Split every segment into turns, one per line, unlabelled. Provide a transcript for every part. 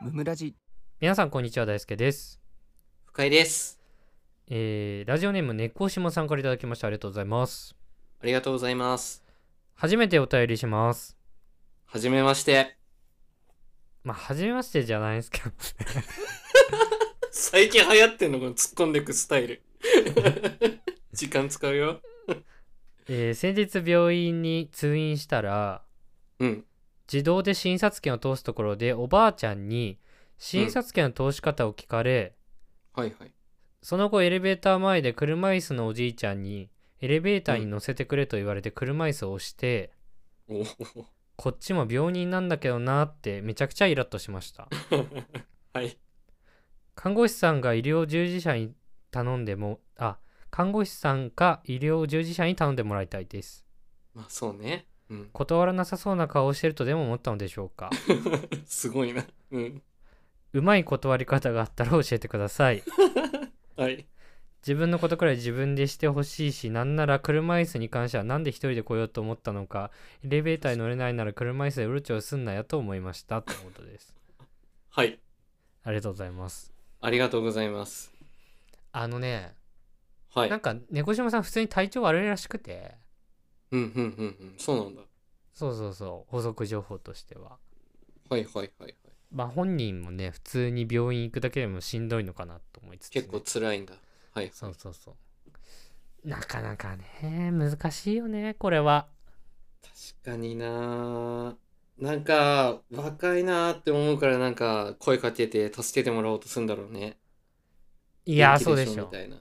ムラジ
皆さんこんにちは大輔です、
深井です。
えー、ラジオネーム猫島さんからいただきましたありがとうございます
ありがとうございます。
初めてお便りします
はじめまして。
まあ初めましてじゃないですけど
最近流行ってんのこの突っ込んでくスタイル。 時間使うよ。
えー、先日病院に通院したら
うん。
自動で診察券を通すところでおばあちゃんに診察券の通し方を聞かれ、
はいはい。
その後エレベーター前で車椅子のおじいちゃんにエレベーターに乗せてくれと言われて車椅子を押して、
おお。
こっちも病人なんだけどなーってめちゃくちゃイラッとしました
はい。
看護師さんが医療従事者に頼んでもあ看護師さんか医療従事者に頼んでもらいたいです
まあそうね。うん。
断らなさそうな顔をしてるとでも思ったのでしょうか
すごいな。うん。
うまい断り方があったら教えてください
はい。
自分のことくらい自分でしてほしいしなんなら車椅子に関してはなんで一人で来ようと思ったのかエレベーターに乗れないなら車椅子でうろちょろすんなやと思いましたということです
はい。
ありがとうございます
ありがとうございます。
あのね
はいう
なんんか猫島さん普通に体調悪いらしくて
うんうんうん。そうなんだ。
そうそうそう補足情報としては
はいはいはいはい。
まあ本人もね普通に病院行くだけでもしんどいのかなと思いつつ、ね、
結構辛いんだ。はい
そ。
はいう
そうそうなかなかね難しいよねこれは
確かにななんか若いなって思うからなんか声かけて助けてもらおうとするんだろうね。
いやー
元気
そうでし
み
ょ
たいな。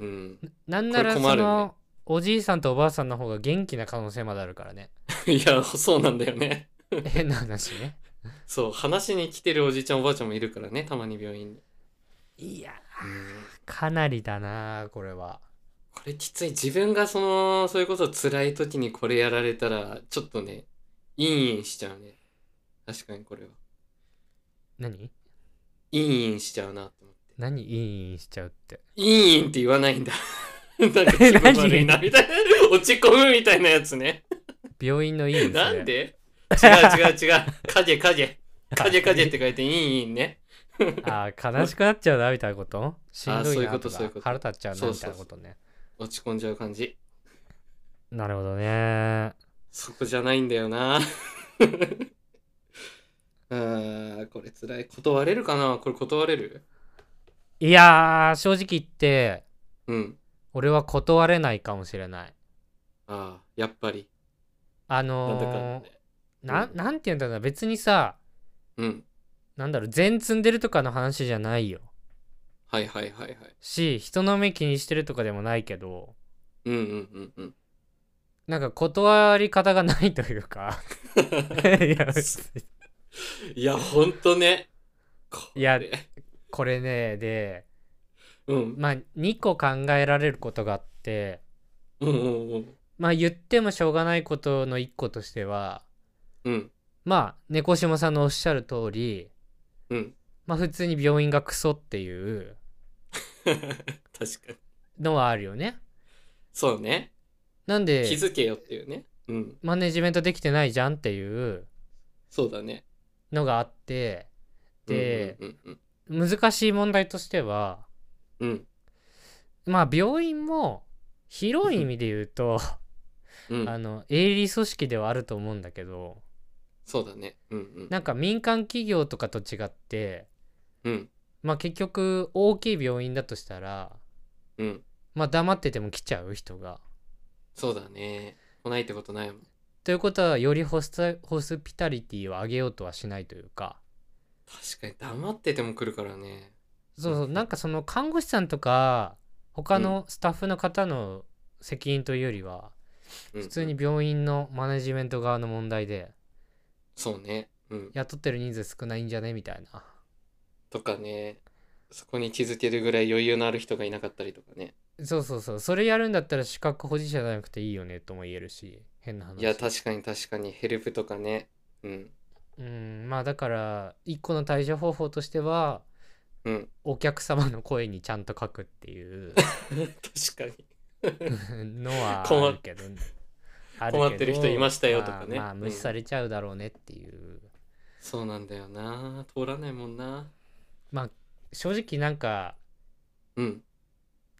うん。
なんなら
こ
そ
れ困るよね
の、おじいさんとおばあさんの方が元気な可能性まである からね
いや、そうなんだよね。
変な話ね
そう、話しに来てるおじいちゃんおばあちゃんもいるからね、たまに病院に。
いやーかなりだなこれは
これきつい。自分がその、そういうこと辛い時にこれやられたら、ちょっとね、インインしちゃうね。確かにこれは。
何
インインしちゃうなって思って。
何いいいいしちゃうって
インインって言わないんだ。 なんか気分 悪いな、みたいな。落ち込むみたいなやつね。
病院のいいですね
なんで違う違う違う。影影。影影って書いてインインね。
あー悲しくなっちゃうなみたいなことしんどいなと
そういうことそういう
か
こと
腹立っちゃうなみたいな
そ
こ
う
とね
落ち込んじゃう感じ。
なるほどね
そこじゃないんだよな。 あーこれ辛い。断れるかなこれ断れる
いやー正直言って
うん。
俺は断れないかもしれない
ああ、やっぱり。
あ
なんだかんだ
の
で
ー、な
うん
なんて言うんだろうな別にさ
うん。
なんだろう全積んでるとかの話じゃないよ
はいはいはいはい。
し人の目気にしてるとかでもないけど
うんうんうんうん。
なんか断り方がないというか いや別に
いや、ほんとね。これ
いやこれねで
うん。
まあ2個考えられることがあって
うんうんうん。
まあ言ってもしょうがないことの1個としては
うん。
まあ猫島さんのおっしゃる通り
うん。
まあ普通に病院がクソっていう
確かに。
のはあるよね。
そうね。
なんで
気づけよっていうね。うん。
マネジメントできてないじゃんっていう
そうだね。
のがあってで、
うんうん
難しい問題としては
うんうん。
まあ病院も広い意味で言う と
うんう
あ
ん。
の営利組織ではあると思うんだけど
そうだね。うんうん。
なんか民間企業とかと違って
うん
まあ結局大きい病院だとしたら
うん。
まあ黙ってても来ちゃう人が。
そうだね。来ないってことないもん。
ということはよりホスタホスピタリティを上げようとはしないというか
確かに黙ってても来るからね。
そうそう
うん
なんかその看護師さんとか他のスタッフの方の責任というよりは
普
普通に病院のマネジメント側の問題で
そうね。うん。
雇ってる人数少ないんじゃねみたいな
とかね。そこに気づけるぐらい余裕のある人がいなかったりとかね。
そうそうそうそれやるんだったら資格保持者じゃなくていいよねとも言えるし変な話
いや、確かに確かに。ヘルプとかね。うん。
うんまあだから一個の対処方法としては
うん。
お客様の声にちゃんと書くっていう
確かに。
のは
困
あ
っ
るけどあ
困ってる人いましたよとかね
まあまあ
うん
無視されちゃうだろうねっていう
そうなんだよな通らないもんな
まあ正直なんか
うん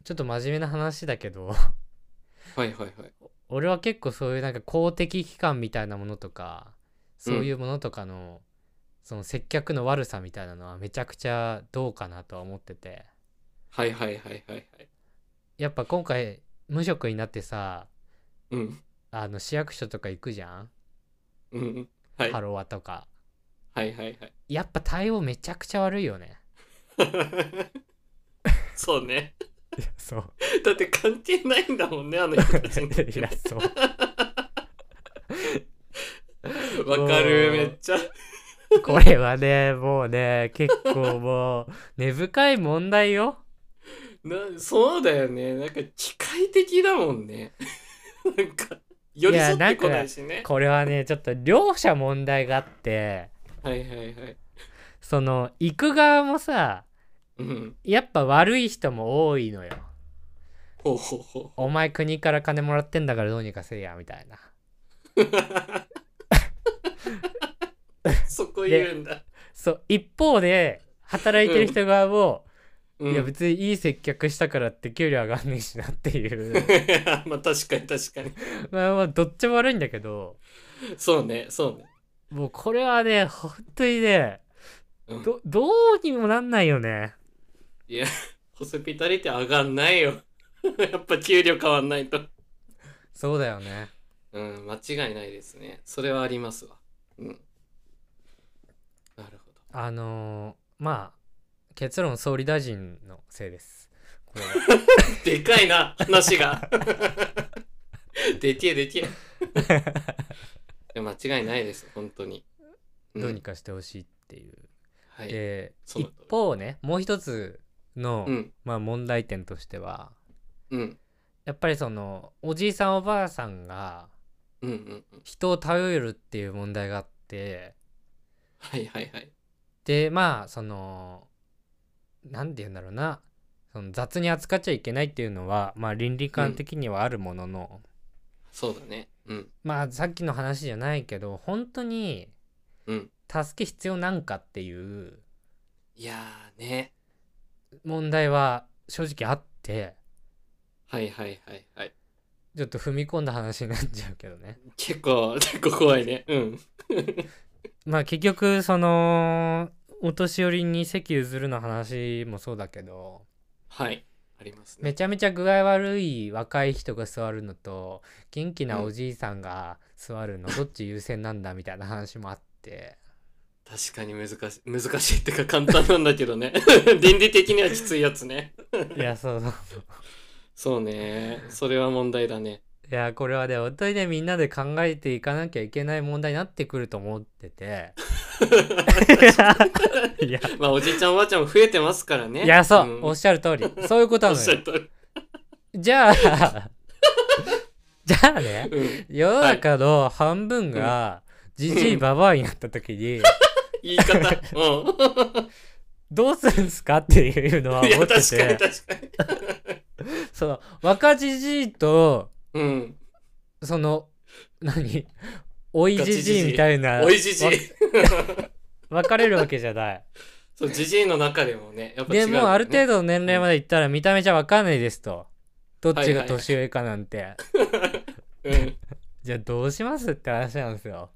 ちょっと真面目な話だけど
はいはいはい
俺は結構そういうなんか公的機関みたいなものとかそういうものとかの、その接客の悪さみたいなのはめちゃくちゃどうかなとは思ってて
はいはいはいはいはい
やっぱ今回無職になってさ
うん
あの市役所とか行くじゃん、
うんはい
ハ
はい
ロワとか
はいはい
やっぱ対応めちゃくちゃ悪いよね
そうね
そう
だって関係ないんだもんねあの人たちに
いやそう
わかるめっちゃ
これはねもうね結構もう根深い問題よ
なそうだよねなんか機械的だもんね なんか寄り添ってこないしね
これはねちょっと両者問題があって
はいはいはい
その行く側もさ
うん
やっぱ悪い人も多いのよ
ほうほうほう
お前国から金もらってんだからどうにかせやみたいな
そこ言うんだ。
そう一方で働いてる人側も、
うん
いや別にいい接客したからって給料上がんねえしなっていう
まあ確かに確かに。
まあまあどっちも悪いんだけど
そうね、そうね。
もうこれはね本当にね
うん
どどうにもなんないよね
いや、ホスピタリティ上がんないよ。 やっぱ給料変わんないと。
そうだよね
うん、間違いないですね。それはありますわ。うん。なるほど。
あのーまあ結論総理大臣のせい ですこれは
でかいな、話が。でけえでけえ。でも間違いないです、本当に。ん
どうにかしてほしいっていう、
はい。
で
その
一
通り
方ねもう一つの、
うん、
まあ、問題点としては
うん、
やっぱりそのおじいさんおばあさんが
うん、うん。うん
人を頼るっていう問題があって
はいはいはい。
でまあその何て言うんだろうなその雑に扱っちゃいけないっていうのは、まあ、倫理観的にはあるものの、
そうだね。うん、
まあさっきの話じゃないけど本当に
うん。
助け必要なんかっていう
いやーね。
問題は正直あって
はいはいはいはい。
ちょっと踏み込んだ話になっちゃうけど ね
結構、結構怖いね。うん。
まあ結局そのお年寄りに席譲るの話もそうだけど
はい。あります
め
ね。
ちゃめちゃ具合悪い若い人が座るのと元気なおじいさんが座るのどっち優先なんだみたいな話もあ って
確かに難しい、難しいってか簡単なんだけどね。 倫理的にはきついやつね。
いやそうそう
そうね。それは問題だね。
いやこれはね本当にねみんなで考えていかなきゃいけない問題になってくると思ってていや
まあ、お じいちゃんおばあちゃんも増えてますからね。
いやそう、
ん
おっしゃる通りそういうこと
お
な
っ
の
しゃる
よ
通り。
じゃあ じゃあね
うん。
世の中の半分がじじいばばあになった時に
言い方。 うん。
どうするんですかっていうのは
いや、
思っ
確か
て
に確
て
かに。
その若じじいと
うん。
その何おいじじいみたいな
おいじじい
わ。分かれるわけじゃない
そう、じじいの中でもね。やっぱ違
で
う、
もうある程度の年齢までいったら見た目じゃ分かんないですとどっちが年上かなんて、
度。うん。い
じゃあどうしますって話なんですよ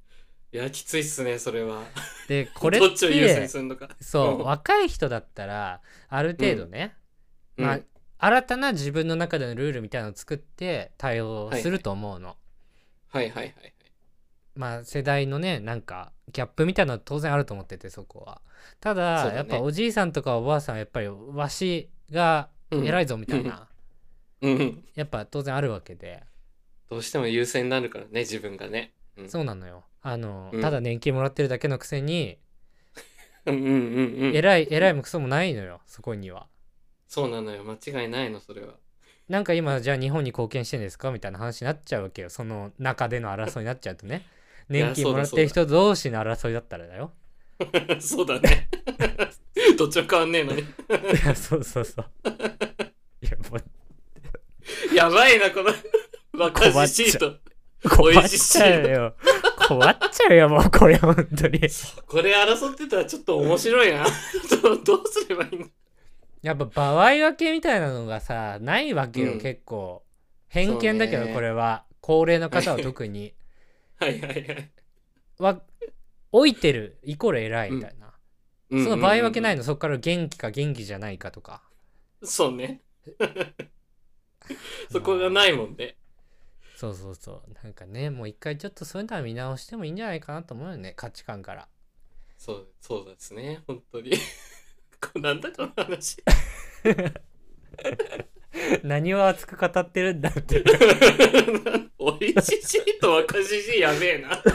や、きついっすね、それは。
でこれっ
どっちを優先
て
するのか。
そう
うん
若い人だったらある程度ね、
うん
まあ新たな自分の中でのルールみたいなのを作って対応すると思うの、
はいはいはい。
まあ世代のねなんかギャップみたいなのは当然あると思っててそこはただ
そうだね
やっぱおじいさんとかおばあさんはやっぱりわしが偉いぞみたいな、
うん、
やっぱ当然あるわけで
どうしても優先になるからね自分がねうん
そうなのよあの、
うん
ただ年金もらってるだけのくせに
うんうんうんうん
偉い偉いもクソもないのよそこには
そうなのよ間違いないのそれは
なんか今じゃあ日本に貢献してんですかみたいな話になっちゃうわけよその中での争いになっちゃうとね
いや
年金もらってる人同士の争いだったらだよ
そうだね どっちも変わんねえ のに
いやそうそうそう いやもう
やばいなこの若
困っ
じじい
ち
と
困っちゃうよ終わっちゃうよ、もうこれ、本当 に。
これ争ってたらちょっと面白いな どどうすればいいんだ
やっぱ場合分けみたいなのがさないわけよ、
うん
結構偏見だけ
そう
ど
ね
これは、高齢の方は特に
はいはいはい、
は老いてるイコール偉いみたいな、
うん
その場合分けない
の
のそこから元気か元気じゃないかとか
そうねそこがないもんね
そうそうそうなんかねもう一回ちょっとそういうのは見直してもいいんじゃないかなと思うよね価値観から
そうそうですね本当に こうなんだこの話
何を熱く語ってるんだって
おいししいと若ししいやべえな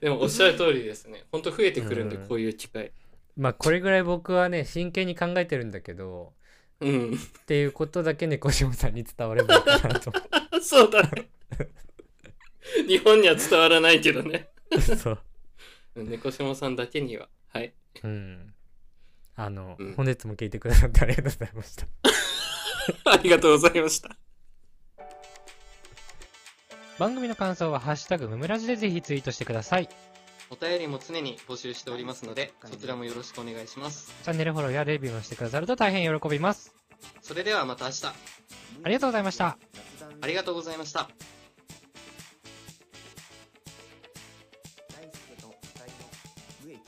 でもおっしゃる通りですね本当増えてくるんで、
うん
こういう機会
まあこれぐらい僕はね真剣に考えてるんだけど
うん
っていうことだけね小島さんに伝わればいいかなと思
そうだね。日本には伝わらないけどね。
うそう
猫島さんだけには。はい。
うん。あの、
うん
本日も聞いてくださってありがとうございました。
ありがとうございました。
番組の感想はハッシュタグムムラジでぜひツイートしてください。チ
お便りも常に募集しておりますので、そちらもよろしくお願いします。
ャンネルフォローやレビューもしてくださると大変喜びます。
それではまた明日、
ありがとうございました。
ありがとうございました。
大輔と二人の無益